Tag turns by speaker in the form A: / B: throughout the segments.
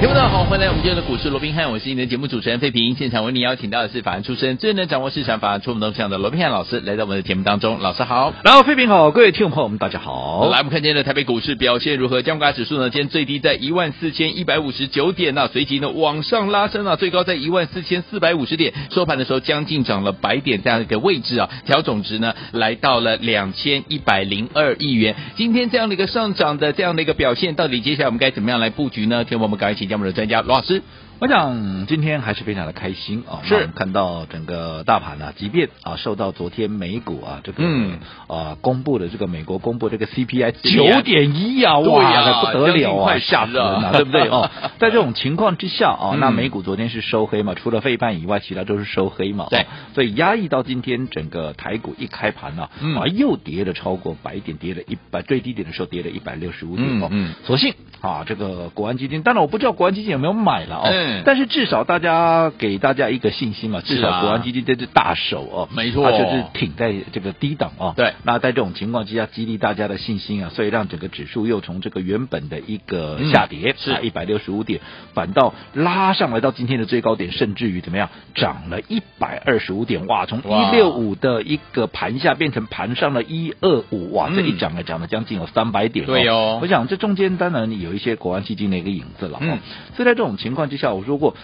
A: 听众朋友好，欢迎来我们今天的股市罗宾汉，我是你的节目主持人费平。现场为您邀请到的是法案出身、最能掌握市场法案出门动向的罗宾汉老师，来到我们的节目当中。老师好。
B: 然后，飞平好，各位听众朋友们，大家好。
A: 来，我们看今天的台北股市表现如何？加权指数呢，今天最低在一万四千一百五十九点呐、随即呢往上拉升啊，最高在一万四千四百五十点，收盘的时候将近涨了百点这样一个位置啊，调整值呢来到了两千一百零二亿元。今天这样的一个上涨的这样的一个表现，到底接下来我们该怎么样来布局呢？听我们赶快请教我们的专家罗老师。
B: 我想今天还是非常的开心啊，
A: 是
B: 那我们看到整个大盘啊，即便啊受到昨天美股啊这个
A: 嗯
B: 啊公布的这个美国公布这个 CPI
A: 9.1
B: 九点一啊，
A: 对
B: 哇，
A: 啊
B: 那不得了啊，
A: 将近快
B: 吓
A: 10
B: 死人啊，
A: 了
B: 对不对哦？在这种情况之下啊，
A: 嗯
B: 那美股昨天是收黑嘛，除了费半以外，其他都是收黑嘛，哦
A: 对，
B: 所以压抑到今天整个台股一开盘呢
A: 嗯
B: 啊又跌了超过百点，跌了一百最低点的时候跌了一百六十五点
A: 嗯
B: 哦
A: 嗯，
B: 所幸啊这个国安基金，当然我不知道国安基金有没有买了哦，
A: 嗯
B: 但是至少大家给大家一个信心嘛，至
A: 是啊
B: 少国安基金这只大手哦，
A: 没错
B: 它就是挺在这个低档哦。
A: 对
B: 那在这种情况之下，激励大家的信心啊，所以让整个指数又从这个原本的一个
A: 嗯
B: 下跌，啊
A: 是
B: 一百六十五点，反倒拉上来到今天的最高点，甚至于怎么样，涨了一百二十五点，哇，从
A: 哇
B: 一六五的一个盘下变成盘上了一二五，哇，
A: 嗯
B: 这一涨啊，涨了将近有三百点、哦。
A: 对哦
B: 我想这中间当然有一些国安基金的一个影子了、哦。
A: 嗯
B: 所以在这种情况之下，我说过，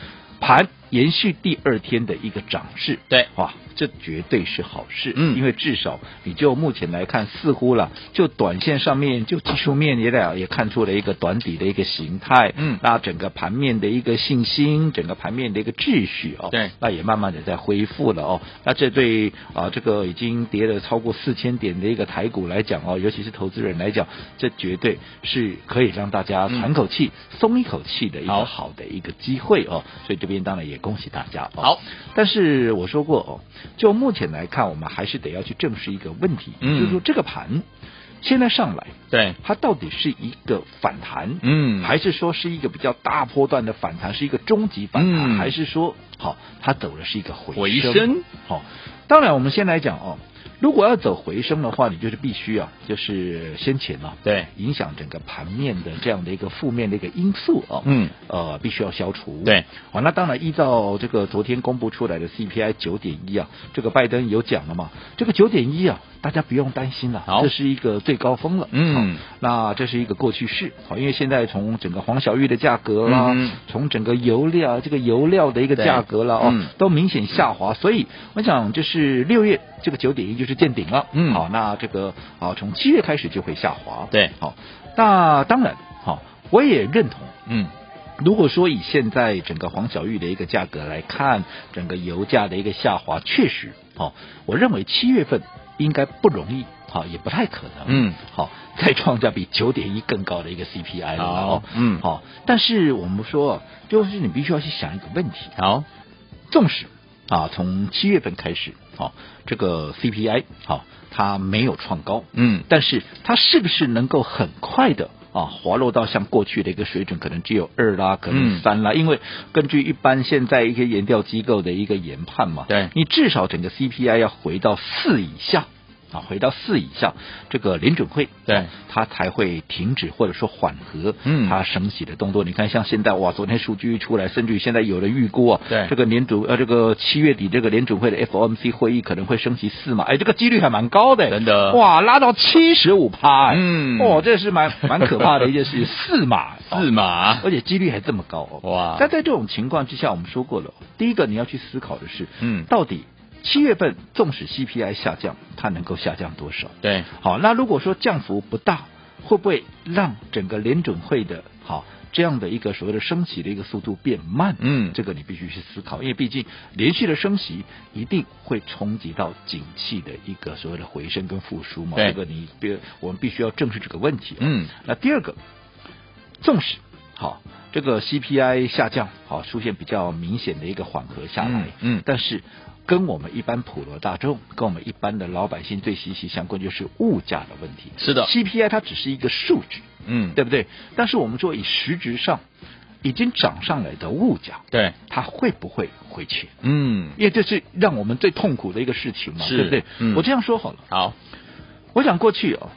B: 盘延续第二天的一个涨势，
A: 对
B: 哇，这绝对是好事，
A: 嗯
B: 因为至少你就目前来看，似乎啦，就短线上面，就技术面也了也看出了一个短底的一个形态，
A: 嗯
B: 那整个盘面的一个信心，整个盘面的一个秩序哦，
A: 对
B: 那也慢慢的在恢复了哦，那这对啊、这个已经跌了超过四千点的一个台股来讲哦，尤其是投资人来讲，这绝对是可以让大家
A: 嗯
B: 喘口气、松一口气的一
A: 好
B: 个好的一个机会哦，所以这边当然也恭喜大家哦。
A: 好，
B: 但是我说过哦，就目前来看，我们还是得要去正视一个问题，
A: 嗯
B: 就是说这个盘现在上来，
A: 对，
B: 它到底是一个反弹，
A: 嗯，
B: 还是说是一个比较大波段的反弹，是一个终极反弹，
A: 嗯
B: 还是说好、它走的是一个回
A: 回
B: 升？
A: 升
B: 好、当然我们先来讲哦，如果要走回升的话，你就是必须啊，就是先前啊，
A: 对，
B: 影响整个盘面的这样的一个负面的一个因素哦，
A: 嗯，
B: 呃，必须要消除。
A: 对，
B: 好、哦那当然依照这个昨天公布出来的 CPI 九点一啊，这个拜登有讲了嘛，这个九点一啊，大家不用担心了，
A: 好
B: 这是一个最高峰了。
A: 嗯
B: 好那这是一个过去式，好，因为现在从整个黄小玉的价格啦，
A: 嗯哼
B: 从整个油料这个油料的一个
A: 对
B: 价格啦，哦，
A: 嗯
B: 都明显下滑，所以我想就是六月这个九点一就是见顶了。
A: 嗯
B: 好，那这个啊，从七月开始就会下滑。
A: 对
B: 好，那当然，好，我也认同。
A: 嗯，
B: 如果说以现在整个黄小玉的一个价格来看，整个油价的一个下滑，确实，哦，我认为七月份应该不容易，好、也不太可能，
A: 嗯，
B: 好、再创下比九点一更高的一个 CPI 了，
A: 好
B: 哦，
A: 嗯
B: 好、但是我们说，就是你必须要去想一个问题，
A: 好，
B: 纵使啊，从七月份开始，好、这个 CPI 好、哦它没有创高，
A: 嗯，
B: 但是它是不是能够很快的啊滑落到像过去的一个水准，可能只有二啦，可能三啦？因为根据一般现在一些研调机构的一个研判嘛，
A: 对
B: 嗯你至少整个 CPI 要回到四以下。啊，回到四以下，这个联准会
A: 对
B: 啊它才会停止或者说缓和
A: 嗯
B: 它升息的动作。你看，像现在哇，昨天数据一出来，甚至于现在有人预估啊，
A: 对
B: 这个联准呃这个七月底这个联准会的 FOMC 会议可能会升息四嘛，哎，这个几率还蛮高的，
A: 真的
B: 哇，拉到七十五趴，哎
A: 嗯
B: 哦，这是蛮蛮可怕的一件 事，四码，
A: 四
B: 哦，
A: 码
B: 而且几率还这么高哦，
A: 哇
B: 但在这种情况之下，我们说过了，第一个你要去思考的是，
A: 嗯
B: 到底七月份纵使 CPI 下降，它能够下降多少？
A: 对，
B: 好，那如果说降幅不大，会不会让整个联准会的好这样的一个所谓的升息的一个速度变慢？
A: 嗯
B: 这个你必须去思考，因为毕竟连续的升息一定会冲击到景气的一个所谓的回升跟复苏嘛。
A: 对
B: 这个你必我们必须要正视这个问题、啊
A: 嗯，
B: 那第二个，纵使好这个 CPI 下降，好出现比较明显的一个缓和下来，
A: 嗯嗯
B: 但是跟我们一般普罗大众、跟我们一般的老百姓最息息相关，就是物价的问题。
A: 是的
B: CPI 它只是一个数值，
A: 嗯，
B: 对不对？但是我们说以实质上已经涨上来的物价，
A: 对，
B: 它会不会回去？
A: 嗯，
B: 因为这是让我们最痛苦的一个事情嘛，
A: 是
B: 对不对？
A: 嗯
B: 我这样说好了，
A: 好，
B: 我想过去哦，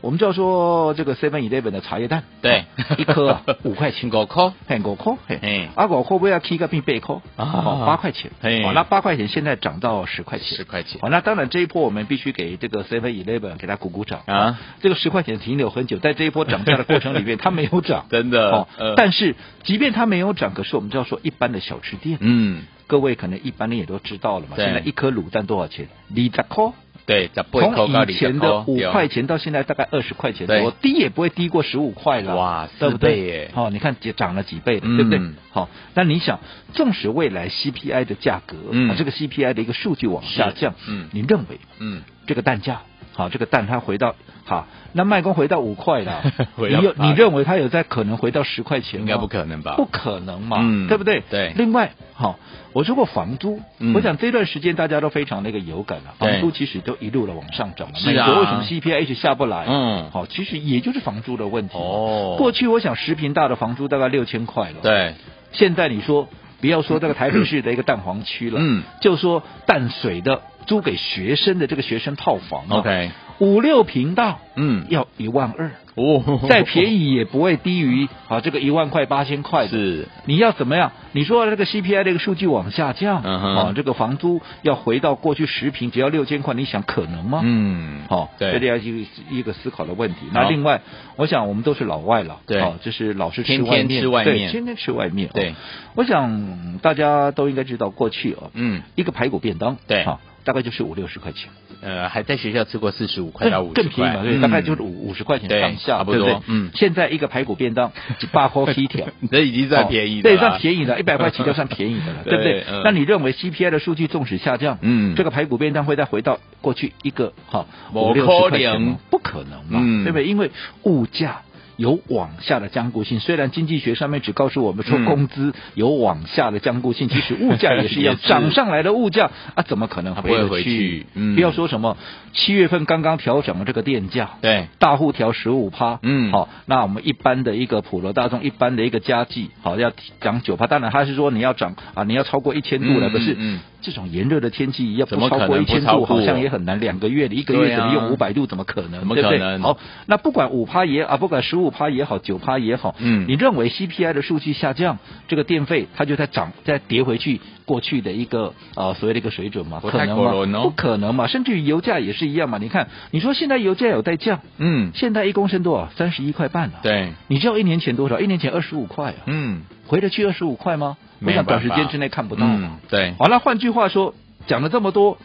B: 我们就要说这个 Seven Eleven 的茶叶蛋，
A: 对
B: 一颗 啊五块钱，
A: 五块，
B: 嘿五块，嘿
A: 嘿，
B: 啊五块不要起个变八块，
A: 啊
B: 哦八块钱，
A: 嘿
B: 哦那八块钱现在涨到十块钱，
A: 十块钱
B: 哦那当然这一波我们必须给这个 Seven Eleven 给他鼓鼓掌哦
A: 啊，
B: 这个十块钱停留很久，在这一波涨价的过程里面，它没有 涨，
A: 真的
B: 哦
A: 呃，
B: 但是即便它没有涨，可是我们知道说一般的小吃店，
A: 嗯，
B: 各位可能一般人也都知道了嘛，
A: 对
B: 现在一颗卤蛋多少钱？二十块。
A: 对，十八块到
B: 从
A: 二
B: 以
A: 十
B: 前的五
A: 对
B: 块钱到现在大概二十块钱
A: 对
B: 多，低也不会低过十五块了，
A: 哇
B: 对不
A: 四倍耶
B: 对？哦，你看也涨了几倍了，对不对
A: 嗯？
B: 好，那你想，纵使未来 CPI 的价格，
A: 嗯
B: 啊这个 CPI 的一个数据往下降
A: 是，嗯
B: 你认为
A: 嗯，，
B: 这个蛋价，好，这个蛋它回到好，那卖光回到五块了
A: 回
B: 你
A: 到
B: 有
A: 八
B: 你认为它有在可能回到十块钱吗？
A: 应该不可能吧？
B: 不可能嘛，
A: 嗯
B: 对不对？
A: 对
B: 另外，好、我说过房租，
A: 嗯
B: 我想这段时间大家都非常那个有感了、
A: 对
B: 房租其实都一路的往上涨嘛。
A: 是啊
B: 美国为什么 CPI 一直下不来？
A: 嗯
B: 好、其实也就是房租的问题嘛。
A: 哦
B: 过去我想十平大的房租大概六千块了。，
A: 对，
B: 现在你说。不要说这个台北市的一个蛋黄区了，
A: 嗯，
B: 就说淡水的租给学生的这个学生套房啊
A: OK
B: 五六平大
A: 嗯，
B: 要一万二，
A: 哦
B: 再便
A: 宜
B: 宜也不会低于啊这个一万块八千块的。
A: 是，
B: 你要怎么样？你说这个 CPI 这个数据往下降，
A: 嗯哼
B: 啊，这个房租要回到过去十平只要六千块，你想可能吗？，
A: 嗯，
B: 好、
A: 对
B: 这里要一个一个思考的问题。
A: 好
B: 那另外，我想我们都是老外了，
A: 对
B: 哦，就是老是吃
A: 天
B: 外面，
A: 天吃外面
B: 对，天天吃外面，
A: 对
B: 哦我想大家都应该知道，过去哦，
A: 嗯，
B: 一个排骨便当，
A: 对
B: 啊大概就是五六十块钱，
A: 呃，还在学校吃过四十五块到五
B: 更
A: 十
B: 便宜
A: 块，
B: 嘛，对，
A: 嗯
B: 大概就是五五十块钱
A: 对
B: 上下，
A: 差不
B: 对
A: 多
B: 对？
A: 嗯
B: 现在一个排骨便当八块七 条，
A: 你这已经算便宜
B: 哦
A: 的
B: 对，
A: 啦，
B: 算便宜的，一百块钱就算便宜的 了，对不
A: 对
B: 对
A: 嗯？
B: 那你认为 CPI 的数据纵使下降，
A: 嗯
B: 这个排骨便当会再回到过去一个哈
A: 不
B: 五六十
A: 可能
B: 块钱吗？不可能
A: 嗯
B: 嘛，对不对？因为物价。有往下的僵固性，虽然经济学上面只告诉我们说
A: 嗯
B: 工资有往下的僵固性，其实物价也是一样，
A: 也是
B: 涨上来的物 价啊，怎么可能
A: 它不
B: 回
A: 会
B: 得
A: 回去
B: 去？
A: 嗯
B: 不要说什么七月份刚刚调整了这个电价，
A: 对，
B: 大户调十五趴，
A: 嗯
B: 好、那我们一般的一个普罗大众，一般的一个家计，好、要涨九趴，当然他是说你要涨啊，你要超过一千度了，
A: 嗯
B: 可是、
A: 嗯嗯
B: 这种炎热的天气要
A: 怎
B: 不
A: 么
B: 超
A: 可
B: 过
A: 能
B: 一
A: 不
B: 千
A: 超
B: 度，好
A: 过
B: 像也很难，两个月的一个
A: 对
B: 月
A: 啊
B: 怎么用五百度，怎么可能？
A: 怎么
B: 对不
A: 可
B: 对
A: 能
B: 好，那不管五趴也啊，不管十五趴也好，九趴也好，
A: 嗯
B: 你认为 CPI 的数据下降，这个电费它就在涨，再跌回去过去的一个呃所谓的一个水准吗？
A: 不
B: 可
A: 太
B: 能
A: 可能
B: 吗？
A: 哦
B: 不可能嘛，甚至于油价也是一样嘛。你看，你说现在油价有在降，
A: 嗯，
B: 现在一公升多少？三十一块半了、啊。，
A: 对，
B: 你知道一年前多少？一年前二十五块啊，
A: 嗯，
B: 回得去二十五块吗？我
A: 没有
B: 想短
A: 办
B: 时
A: 法
B: 间之内看不到嘛。
A: 嗯对，
B: 好，那换句话说，讲了这么多，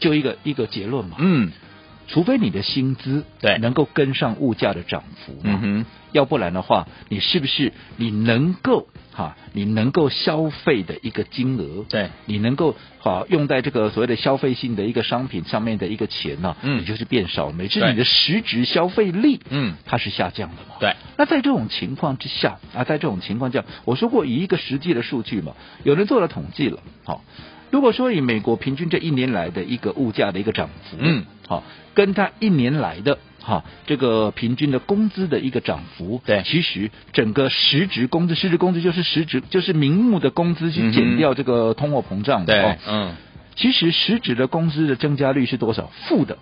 B: 就一个一个结论嘛，
A: 嗯，
B: 除非你的薪资
A: 对
B: 能够跟上物价的涨幅嘛，
A: 嗯哼，
B: 要不然的话，你是不是你能够哈、你能够消费的一个金额，
A: 对，
B: 你能够好、用在这个所谓的消费性的一个商品上面的一个钱呢、
A: 嗯
B: 你就是变少了，每次
A: 对
B: 你的实质消费力，
A: 嗯
B: 它是下降的嘛，
A: 对，
B: 那在这种情况之下啊，在这种情况下，我说过以一个实际的数据嘛，有人做了统计了，好、如果说以美国平均这一年来的一个物价的一个涨幅，
A: 嗯，
B: 好、跟它一年来的哈、这个平均的工资的一个涨幅，
A: 对
B: 其实整个实质工资，实质工资就是实质就是名目的工资去
A: 嗯哼
B: 减掉这个通货膨胀的，哦
A: 对，嗯，
B: 其实实质的工资的增加率是多少？负的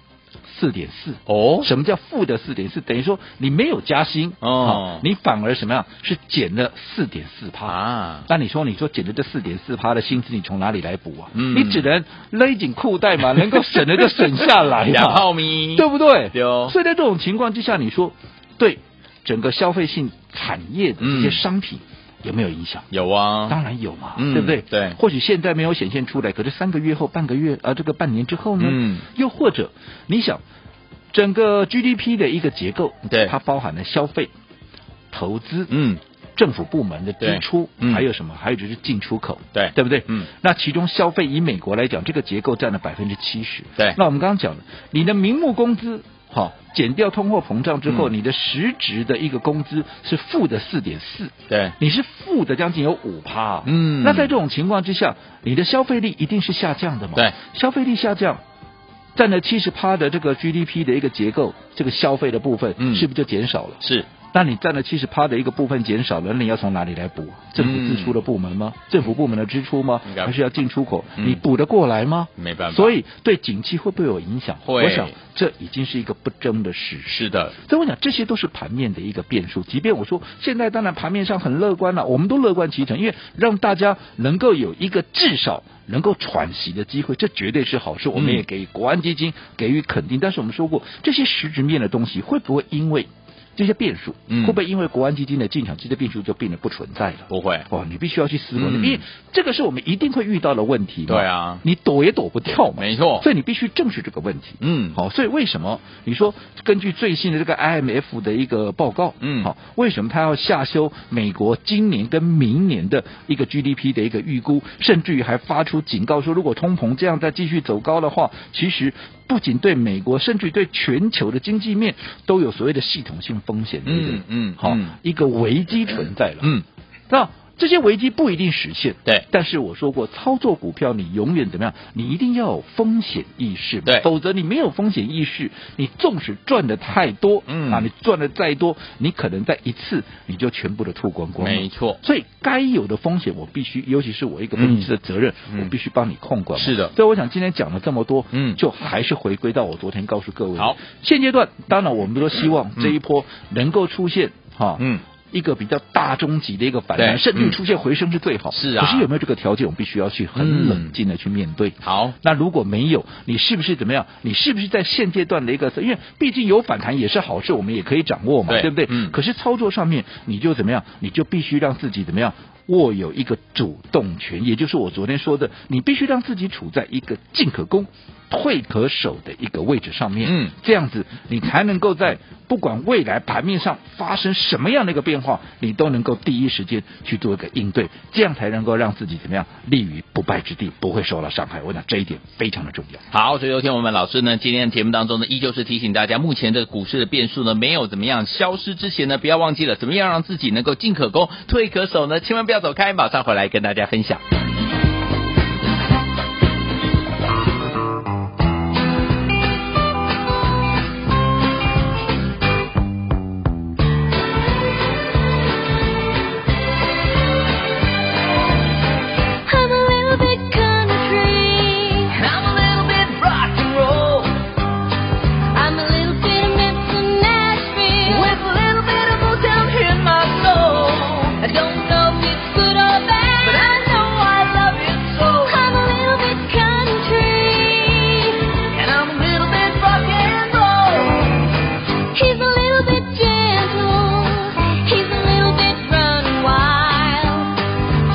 B: 四点四。
A: 哦
B: 什么叫负的四点四？等于说你没有加薪
A: 哦
B: 啊你反而什么样？是减了四点四趴。
A: 啊，
B: 那你说，你说减了这四点四趴的薪资，你从哪里来补啊？
A: 嗯
B: 你只能勒紧裤带 嘛，能够省的就省下来
A: 两
B: 嘛，
A: 泡米，
B: 哎对不对？
A: 对哦
B: 所以在这种情况之下，你说对整个消费性产业的这些
A: 嗯
B: 商品有没有影响？
A: 有啊，
B: 当然有嘛，
A: 嗯
B: 对不对？
A: 对
B: 或许现在没有显现出来，可是三个月后、半个月啊，这个半年之后呢？
A: 嗯。
B: 又或者，你想整个 GDP 的一个结构，
A: 对
B: 它包含了消费、投资、
A: 嗯，
B: 政府部门的
A: 对
B: 支出，
A: 嗯
B: 还有什么？还有就是进出口，
A: 对
B: 对不对？
A: 嗯。
B: 那其中消费以美国来讲，这个结构占了百分之七十。
A: 对
B: 那我们刚刚讲了，你的名目工资。好、减掉通货膨胀之后，
A: 嗯
B: 你的实质的一个工资是负的四点四，
A: 对，
B: 你是负的将近有五趴、啊
A: 嗯
B: 那在这种情况之下，你的消费力一定是下降的嘛？
A: 对，
B: 消费力下降。占了七十趴的这个 GDP 的一个结构，这个消费的部分、
A: 嗯
B: 是不是就减少了？
A: 是，
B: 那你占了七十趴的一个部分减少了，那你要从哪里来补？政府支出的部门吗？政府部门的支出吗
A: 嗯应？该
B: 还是要进出口？
A: 嗯
B: 你补得过来吗？
A: 没办法
B: 所以对景气会不会有影响？
A: 会
B: 我想这已经是一个不争的事实。
A: 是的，
B: 所以我讲，这些都是盘面的一个变数。即便我说现在当然盘面上很乐观了、我们都乐观其成，因为让大家能够有一个至少能够喘息的机会，这绝对是好事。
A: 嗯
B: 我们也给国安基金给予肯定。但是我们说过，这些实质面的东西会不会因为这些变数，
A: 嗯
B: 会不会因为国安基金的进场，这些变数就变得不存在了？
A: 不会，
B: 哇，你必须要去思考，
A: 嗯
B: 因为这个是我们一定会遇到的问题嘛。
A: 对啊
B: 你躲也躲不掉嘛。
A: 没错，
B: 所以你必须正视这个问题。
A: 嗯，
B: 好，所以为什么你说根据最新的这个 IMF 的一个报告，
A: 嗯
B: 好，为什么他要下修美国今年跟明年的一个 GDP 的一个预估，甚至于还发出警告说，如果通膨这样再继续走高的话，其实不仅对美国，甚至于对全球的经济面都有所谓的系统性风险，对不对
A: 嗯嗯
B: 好，
A: 嗯
B: 一个危机存在了，
A: 嗯，
B: 那这些危机不一定实现，
A: 对
B: 但是我说过，操作股票你永远怎么样？你一定要有风险意识嘛，
A: 对
B: 否则你没有风险意识，你纵使赚的太多，
A: 嗯
B: 啊，你赚的再多，你可能在一次你就全部的吐光光了。
A: 没错，
B: 所以该有的风险，我必须，尤其是我一个分析师的责任，
A: 嗯嗯
B: 我必须帮你控管嘛。
A: 是的
B: 所以我想今天讲了这么多，
A: 嗯
B: 就还是回归到我昨天告诉各位的，
A: 好
B: 现阶段当然我们都希望
A: 嗯
B: 这一波能够出现哈、
A: 嗯，
B: 一个比较大中级的一个反
A: 对
B: 弹，甚至
A: 嗯
B: 于出现回升是最好。
A: 是啊
B: 可是有没有这个条件，我们必须要去
A: 嗯
B: 很冷静的去面对。
A: 好，
B: 那如果没有，你是不是怎么样？你是不是在现阶段的一个，因为毕竟有反弹也是好事，我们也可以掌握嘛，
A: 对
B: 不对？
A: 嗯
B: 可是操作上面，你就怎么样？你就必须让自己怎么样？握有一个主动权，也就是我昨天说的，你必须让自己处在一个进可攻、退可守的一个位置上面。
A: 嗯，
B: 这样子你才能够在不管未来盘面上发生什么样的一个变化，你都能够第一时间去做一个应对，这样才能够让自己怎么样立于不败之地，不会受到伤害。我想这一点非常的重要。
A: 好，所以有天我们老师呢，今天的节目当中呢，依旧是提醒大家，目前的股市的变数呢，没有怎么样消失之前呢，不要忘记了怎么样让自己能够进可攻，退可守呢，千万不要走开，马上回来跟大家分享。
C: I'm a little bit country. I'm a little bit rock and roll. I'm a little bit of Memphis, Nashville, with a little bit of Motown here in my soul. I don't know if it's good or bad, but I know I love it so. I'm a little bit country, and I'm a little bit rock and roll. He's a little bit gentle. He's a little bit run wild.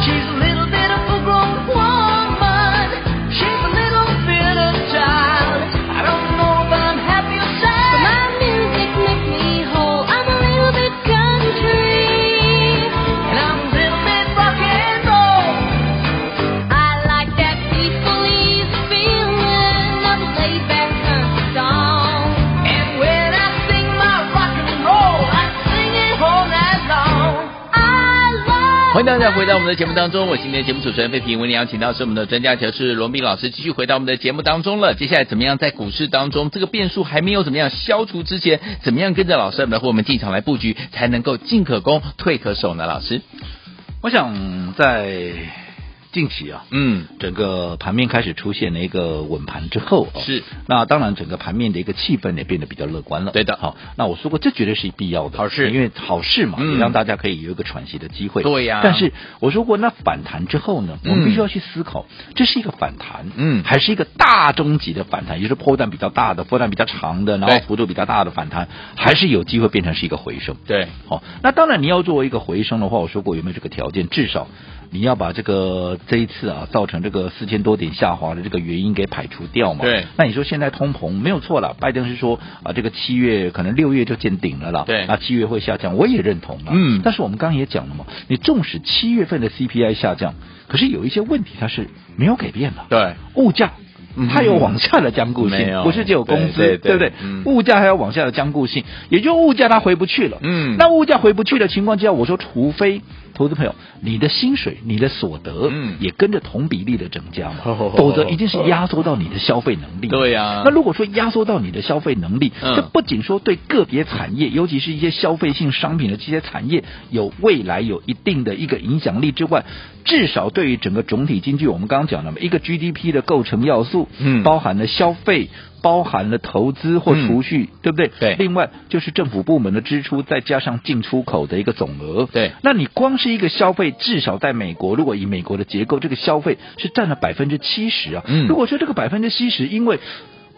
C: She's a little bit of a grown woman. She's a little bit of child. I don't know if I'm happy or sad. But my music makes me whole. I'm a little bit country. And I'm a little bit rock and roll. I like that peaceful ease feeling of a laid back country song. And when I sing my rock and roll, I sing it all night long. I love
A: 欢迎大家回到我们的节目当中，我是今天的节目主持人费平。为您邀请到是我们的专家调试罗斌老师，继续回到我们的节目当中了。接下来怎么样在股市当中这个变数还没有怎么样消除之前，怎么样跟着老师们和我们进场来布局，才能够进可攻，退可守呢？老师，
B: 我想在近期啊，
A: 嗯，
B: 整个盘面开始出现了一个稳盘之后、哦，
A: 是
B: 那当然整个盘面的一个气氛也变得比较乐观了。
A: 对的
B: 好，那我说过这绝对是必要的，
A: 好事
B: 因为好事嘛，
A: 嗯
B: 也让大家可以有一个喘息的机会。
A: 对呀
B: 但是我说过，那反弹之后呢，我
A: 嗯
B: 们必须要去思考，这是一个反弹，
A: 嗯
B: 还是一个大中级的反弹，也就是波段比较大的、波段比较长的，然后
A: 对
B: 幅度比较大的反弹，还是有机会变成是一个回升。
A: 对，
B: 好、那当然你要作为一个回升的话，我说过有没有这个条件？至少你要把这个这一次啊造成这个四千多点下滑的这个原因给排除掉嘛。
A: 对
B: 那你说现在通膨没有错了，拜登是说啊这个七月可能六月就见顶了啦，
A: 对
B: 啊七月会下降，我也认同了。
A: 嗯
B: 但是我们刚刚也讲了嘛，你纵使七月份的 CPI 下降，可是有一些问题它是没有改变的。
A: 对，
B: 物价
A: 嗯
B: 它有往下的僵固
A: 没
B: 性，
A: 有
B: 不是只有工资，
A: 对对对
B: 不对
A: 嗯？
B: 物价还有往下的僵固性，也就物价它回不去了。
A: 嗯
B: 那物价回不去的情况之下，我说，除非投资朋友你的薪水、你的所得
A: 嗯
B: 也跟着同比例的增加嘛
A: 哦，
B: 否则一定是压缩到你的消费能力。
A: 对呀
B: 那如果说压缩到你的消费能力，
A: 啊嗯
B: 这不仅说对个别产业，尤其是一些消费性商品的这些产业有未来有一定的一个影响力之外，至少对于整个总体经济，我们刚刚讲了嘛，一个 GDP 的构成要素，
A: 嗯
B: 包含了消费。包含了投资或
A: 嗯
B: 储蓄，对不对？
A: 对
B: 另外就是政府部门的支出，再加上进出口的一个总额。
A: 对
B: 那你光是一个消费，至少在美国，如果以美国的结构，这个消费是占了百分之七十啊。
A: 嗯
B: 如果说这个百分之七十，因为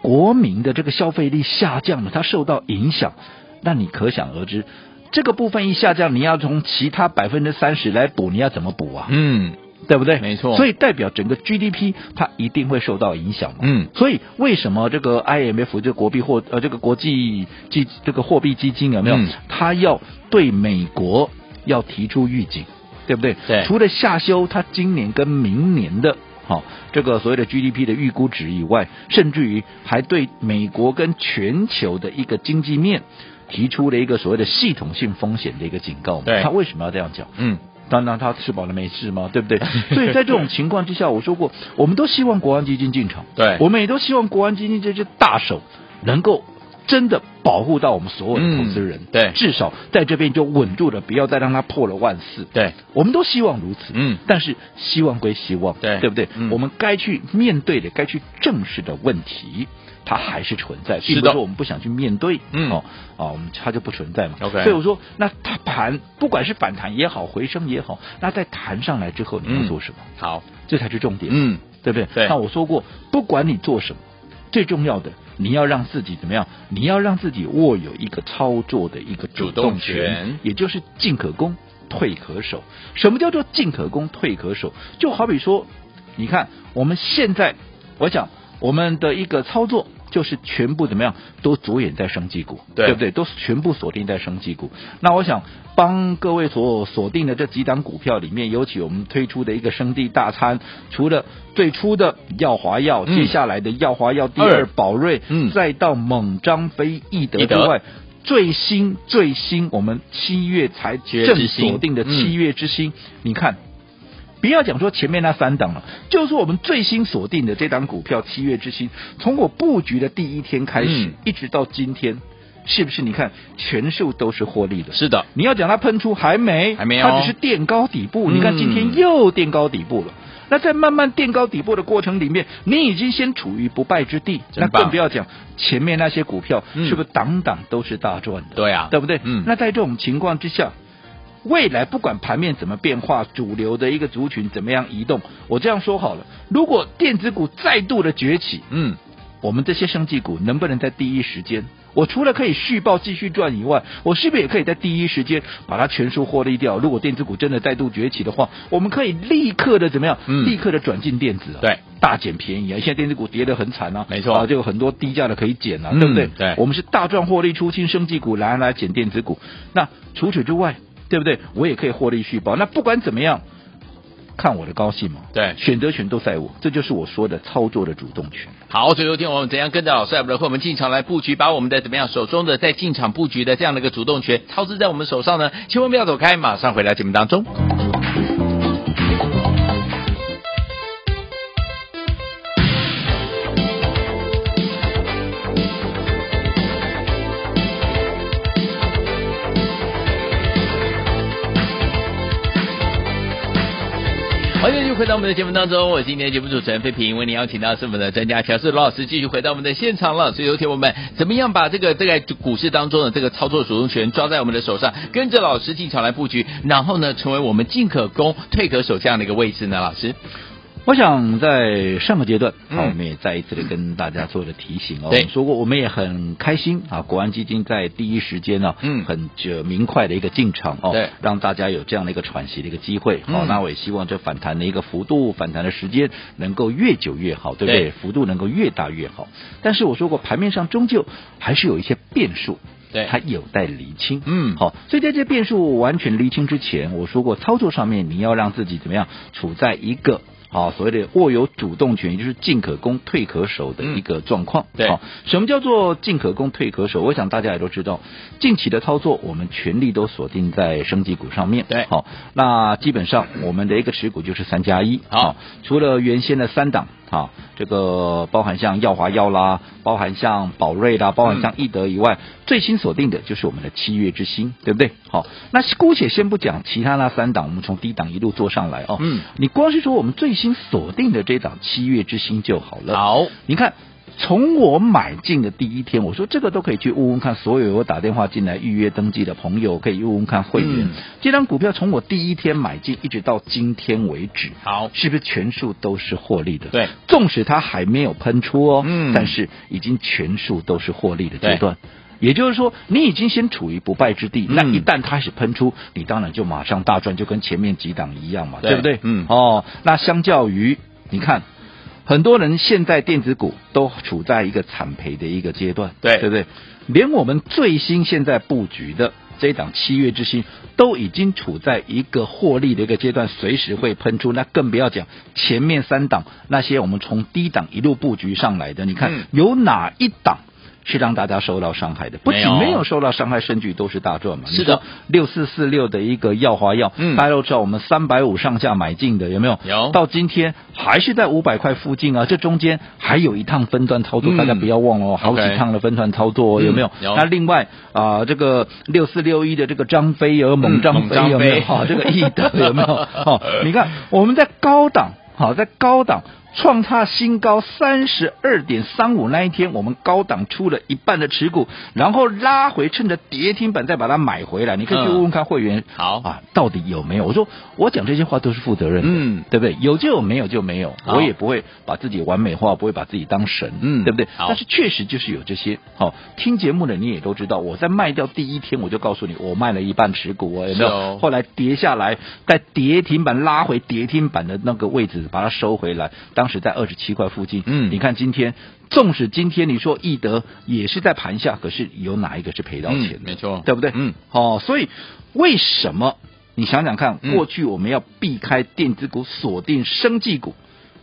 B: 国民的这个消费力下降了，它受到影响，那你可想而知，这个部分一下降，你要从其他百分之三十来补，你要怎么补啊？
A: 嗯
B: 对不对？
A: 没错
B: 所以代表整个 GDP 它一定会受到影响嘛。
A: 嗯
B: 所以为什么这个 IMF 这个国币货呃这个国际基这个货币基金有没有？
A: 嗯
B: 它要对美国要提出预警，对不对？
A: 对
B: 除了下修它今年跟明年的。好、这个所谓的 GDP 的预估值以外，甚至于还对美国跟全球的一个经济面提出了一个所谓的系统性风险的一个警告嘛。
A: 对
B: 他为什么要这样讲？
A: 嗯，
B: 当然他吃饱了没事嘛，对不 对？所以在这种情况之下，我说过，我们都希望国安基金进场，
A: 对
B: 我们也都希望国安基金这只大手能够真的保护到我们所有的投资人，
A: 嗯对
B: 至少在这边就稳住了，不要再让它破了万四。
A: 对，
B: 我们都希望如此，
A: 嗯
B: 但是希望归希望，
A: 对
B: 对不对？
A: 嗯
B: 我们该去面对的、该去正视的问题，它还是存在，
A: 是的
B: 并不是我们不想去面对，
A: 嗯
B: 哦，啊，我们它就不存在嘛。
A: OK
B: 所以我说，那它盘不管是反弹也好，回升也好，那在弹上来之后，你
A: 嗯
B: 要做什么？
A: 好，
B: 这才是重点，，
A: 嗯
B: 对不对？
A: 对
B: 那我说过，不管你做什么，最重要的你要让自己怎么样？你要让自己握有一个操作的一个主动
A: 主动权
B: 也就是进可攻，退可守。什么叫做进可攻，退可守？就好比说，你看我们现在，我想我们的一个操作。就是全部怎么样都着眼在生技股，
A: 对
B: 不对？都全部锁定在生技股。那我想帮各位所锁定的这几档股票里面，尤其我们推出的一个生地大餐，除了最初的耀华药，
A: 嗯
B: 接下来的耀华药第
A: 二
B: 二宝瑞，
A: 嗯
B: 再到猛张飞、易德之
A: 易德
B: 外。最新最新，我们七月才
A: 月之
B: 正
A: 星
B: 锁定的
A: 嗯
B: 七月之星，你看不要讲说前面那三档了，就说我们最新锁定的这档股票七月之星，从我布局的第一天开始，
A: 嗯
B: 一直到今天，是不是你看全数都是获利的？
A: 是的，
B: 你要讲它喷出还没，
A: 还没哦
B: 它只是垫高底部。
A: 嗯
B: 你看今天又垫高底部了。那在慢慢垫高底部的过程里面，你已经先处于不败之地，
A: 真
B: 那
A: 棒
B: 更不要讲前面那些股票
A: 嗯
B: 是不是档档都是大赚的，
A: 对啊
B: 对不对？
A: 嗯
B: 那在这种情况之下，未来不管盘面怎么变化，主流的一个族群怎么样移动，我这样说好了，如果电子股再度的崛起，
A: 嗯
B: 我们这些生技股能不能在第一时间？我除了可以续报继续赚以外，我是不是也可以在第一时间把它全数获利掉？如果电子股真的再度崛起的话，我们可以立刻的怎么样？
A: 嗯
B: 立刻的转进电子啊，
A: 对，
B: 大减便宜啊！现在电子股跌得很惨啊，
A: 没错
B: 啊，就有很多低价的可以减啊，
A: 嗯
B: 对不对？
A: 对
B: 我们是大赚获利出清生技股，来来减电子股。那除此之外，对不对？我也可以获利续报。那不管怎么样，看我的高兴嘛。
A: 对
B: 选择权都在我，这就是我说的操作的主动权。
A: 好，所以昨天我们怎样跟着老师来，和我们进场来布局，把我们的怎么样手中的在进场布局的这样的一个主动权操之在我们手上呢？千万不要走开，马上回来节目当中。欢迎继续回到我们的节目当中，我是今天的节目主持人费平，为您邀请到是我们的专家乔世罗老师，继续回到我们的现场了。所以有请我们怎么样把这个这个股市当中的这个操作主动权抓在我们的手上，跟着老师进场来布局，然后呢，成为我们进可攻、退可守这样的一个位置呢？老师，
B: 我想在上个阶段，啊，
A: 嗯
B: 我们也再一次的跟大家做了提醒哦。我
A: 对
B: 们说过，我们也很开心啊，国安基金在第一时间呢、
A: 嗯
B: 很呃明快的一个进场哦，
A: 对
B: 让大家有这样的一个喘息的一个机会。
A: 嗯
B: 哦，那我也希望这反弹的一个幅度、反弹的时间能够越久越好，对不对？
A: 对
B: 幅度能够越大越好。但是我说过，盘面上终究还是有一些变数，
A: 对
B: 它有待厘清。
A: 嗯
B: 好，所以在这变数完全厘清之前，我说过，操作上面你要让自己怎么样，处在一个。好、所谓的握有主动权，也就是进可攻退可守的一个状况。
A: 嗯对
B: 好什么叫做进可攻退可守？我想大家也都知道，近期的操作我们全力都锁定在升级股上面。
A: 对
B: 好、那基本上我们的一个持股就是三加一。
A: 好
B: 除了原先的三档。啊，这个包含像耀华药啦，包含像宝瑞啦，包含
A: 嗯
B: 像易德以外，最新锁定的就是我们的七月之星，对不对？好，那姑且先不讲其他那三档，我们从低档一路做上来哦。
A: 嗯，
B: 你光是说我们最新锁定的这档七月之星就好了。
A: 好，
B: 你看。从我买进的第一天，我说这个都可以去问问看，所有我打电话进来预约登记的朋友可以问问看会员。
A: 嗯
B: 这张股票从我第一天买进一直到今天为止，
A: 好
B: 是不是全数都是获利的？
A: 对，
B: 纵使它还没有喷出哦，
A: 嗯
B: 但是已经全数都是获利的阶段。也就是说，你已经先处于不败之地，
A: 嗯
B: 那一旦开始喷出，你当然就马上大赚，就跟前面几档一样嘛，
A: 对
B: 不对？
A: 嗯
B: 哦，那相较于你看，很多人现在电子股都处在一个惨赔的一个阶段，
A: 对
B: 对不对？连我们最新现在布局的这一档七月之星，都已经处在一个获利的一个阶段，随时会喷出。那更不要讲前面三档那些我们从低档一路布局上来的，你看、
A: 嗯
B: 有哪一档？是让大家受到伤害的，不仅
A: 没有
B: 没有受到伤害，甚至都是大赚嘛。
A: 是的，
B: 六四四六的一个耀华药，
A: 嗯
B: 大家都知道我们三百五上下买进的，有没有？
A: 有
B: 到今天还是在五百块附近啊，这中间还有一趟分段操作，
A: 嗯
B: 大家不要忘了哦，好几
A: OK
B: 趟的分段操作、哦，
A: 嗯
B: 有没有？
A: 有
B: 那另外啊、这个六四六一的这个张飞有猛张飞
A: 猛张
B: 有没有？
A: 嗯飞
B: 好、这个易德有没 有？好、你看我们在高档，好、在高档。创它新高三十二点三五那一天，我们高档出了一半的持股，然后拉回，趁着跌停板再把它买回来。你可以去
A: 嗯
B: 问问看会员，
A: 好
B: 啊，到底有没有？我说我讲这些话都是负责任的，
A: 嗯
B: 对不对？有就有，没有就没有，
A: 好
B: 我也不会把自己完美化，不会把自己当神，
A: 嗯
B: 对不对？
A: 好
B: 但是确实就是有这些。好、听节目的你也都知道，我在卖掉第一天我就告诉你，我卖了一半持股哦，有没有？
A: 是哦
B: 后来跌下来，在跌停板拉回跌停板的那个位置把它收回来，当时在二十七块附近。
A: 嗯
B: 你看今天，纵使今天你说易德也是在盘下，可是有哪一个是赔到钱的？
A: 嗯没错
B: 对不对？
A: 嗯，
B: 哦，所以为什么你想想看，
A: 嗯
B: 过去我们要避开电子股，锁定生技股？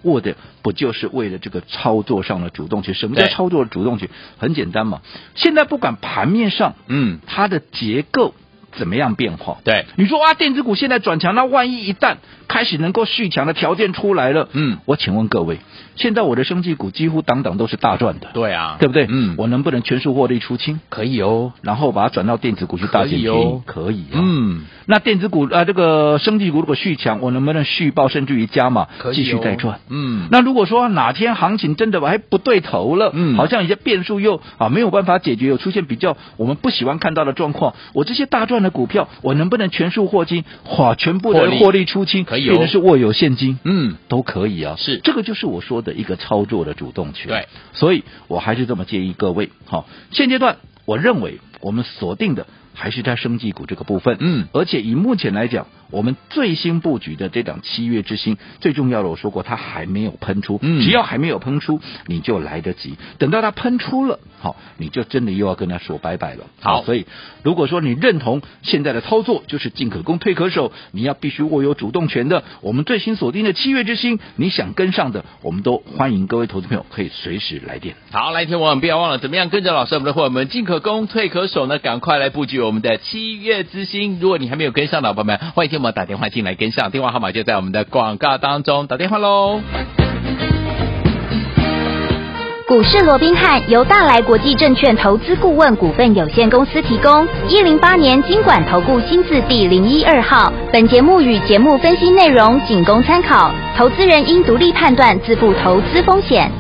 B: 握的不就是为了这个操作上的主动权？什么叫
A: 对
B: 操作主动权？很简单嘛，现在不管盘面上
A: 嗯，
B: 它的结构怎么样变化，
A: 对，
B: 你说啊，电子股现在转强，那万一一旦开始能够续强的条件出来了，
A: 嗯
B: 我请问各位，现在我的生技股几乎档档都是大赚的，
A: 对啊，
B: 对不对？
A: 嗯，
B: 我能不能全数获利出清？
A: 可以哦，
B: 然后把它转到电子股去大
A: 可
B: 减
A: 以
B: 便宜
A: 哦，
B: 可以啊。
A: 嗯，
B: 那电子股啊、呃这个生技股如果续强，我能不能续报甚至于加码，
A: 可以哦
B: 继续再赚？
A: 嗯
B: 那如果说哪天行情真的还不对头了，
A: 嗯
B: 好像一些变数又啊没有办法解决，有出现比较我们不喜欢看到的状况，我这些大赚的股票，我能不能全数获金？哇，全部
A: 获
B: 的
A: 利
B: 获利出清，
A: 可以哦
B: 变成是握有现金，
A: 嗯，
B: 都可以啊。
A: 是
B: 这个就是我说的一个操作的主动权。
A: 对，
B: 所以我还是这么建议各位，好，现阶段我认为我们锁定的还是在生技股这个部分，
A: 嗯
B: 而且以目前来讲，我们最新布局的这档七月之星，最重要的我说过，它还没有喷出，
A: 嗯
B: 只要还没有喷出，你就来得及，等到它喷出了，好，你就真的又要跟它说拜拜了。
A: 好
B: 所以如果说你认同现在的操作就是进可攻退可守，你要必须握有主动权的，我们最新锁定的七月之星，你想跟上的，我们都欢迎各位投资朋友可以随时来电。
A: 好，来，听我们不要忘了，怎么样跟着老师我们的伙伴们进可攻退可守呢？赶快来布局我们的七月之星。如果你还没有跟上的伙伴们，欢迎听我们打电话进来跟上，电话号码就在我们的广告当中，打电话喽。
D: 股市罗宾汉由大来国际证券投资顾问股份有限公司提供。一零八年经管投顾新字第零一二号。本节目与节目分析内容仅供参考，投资人应独立判断，自负投资风险。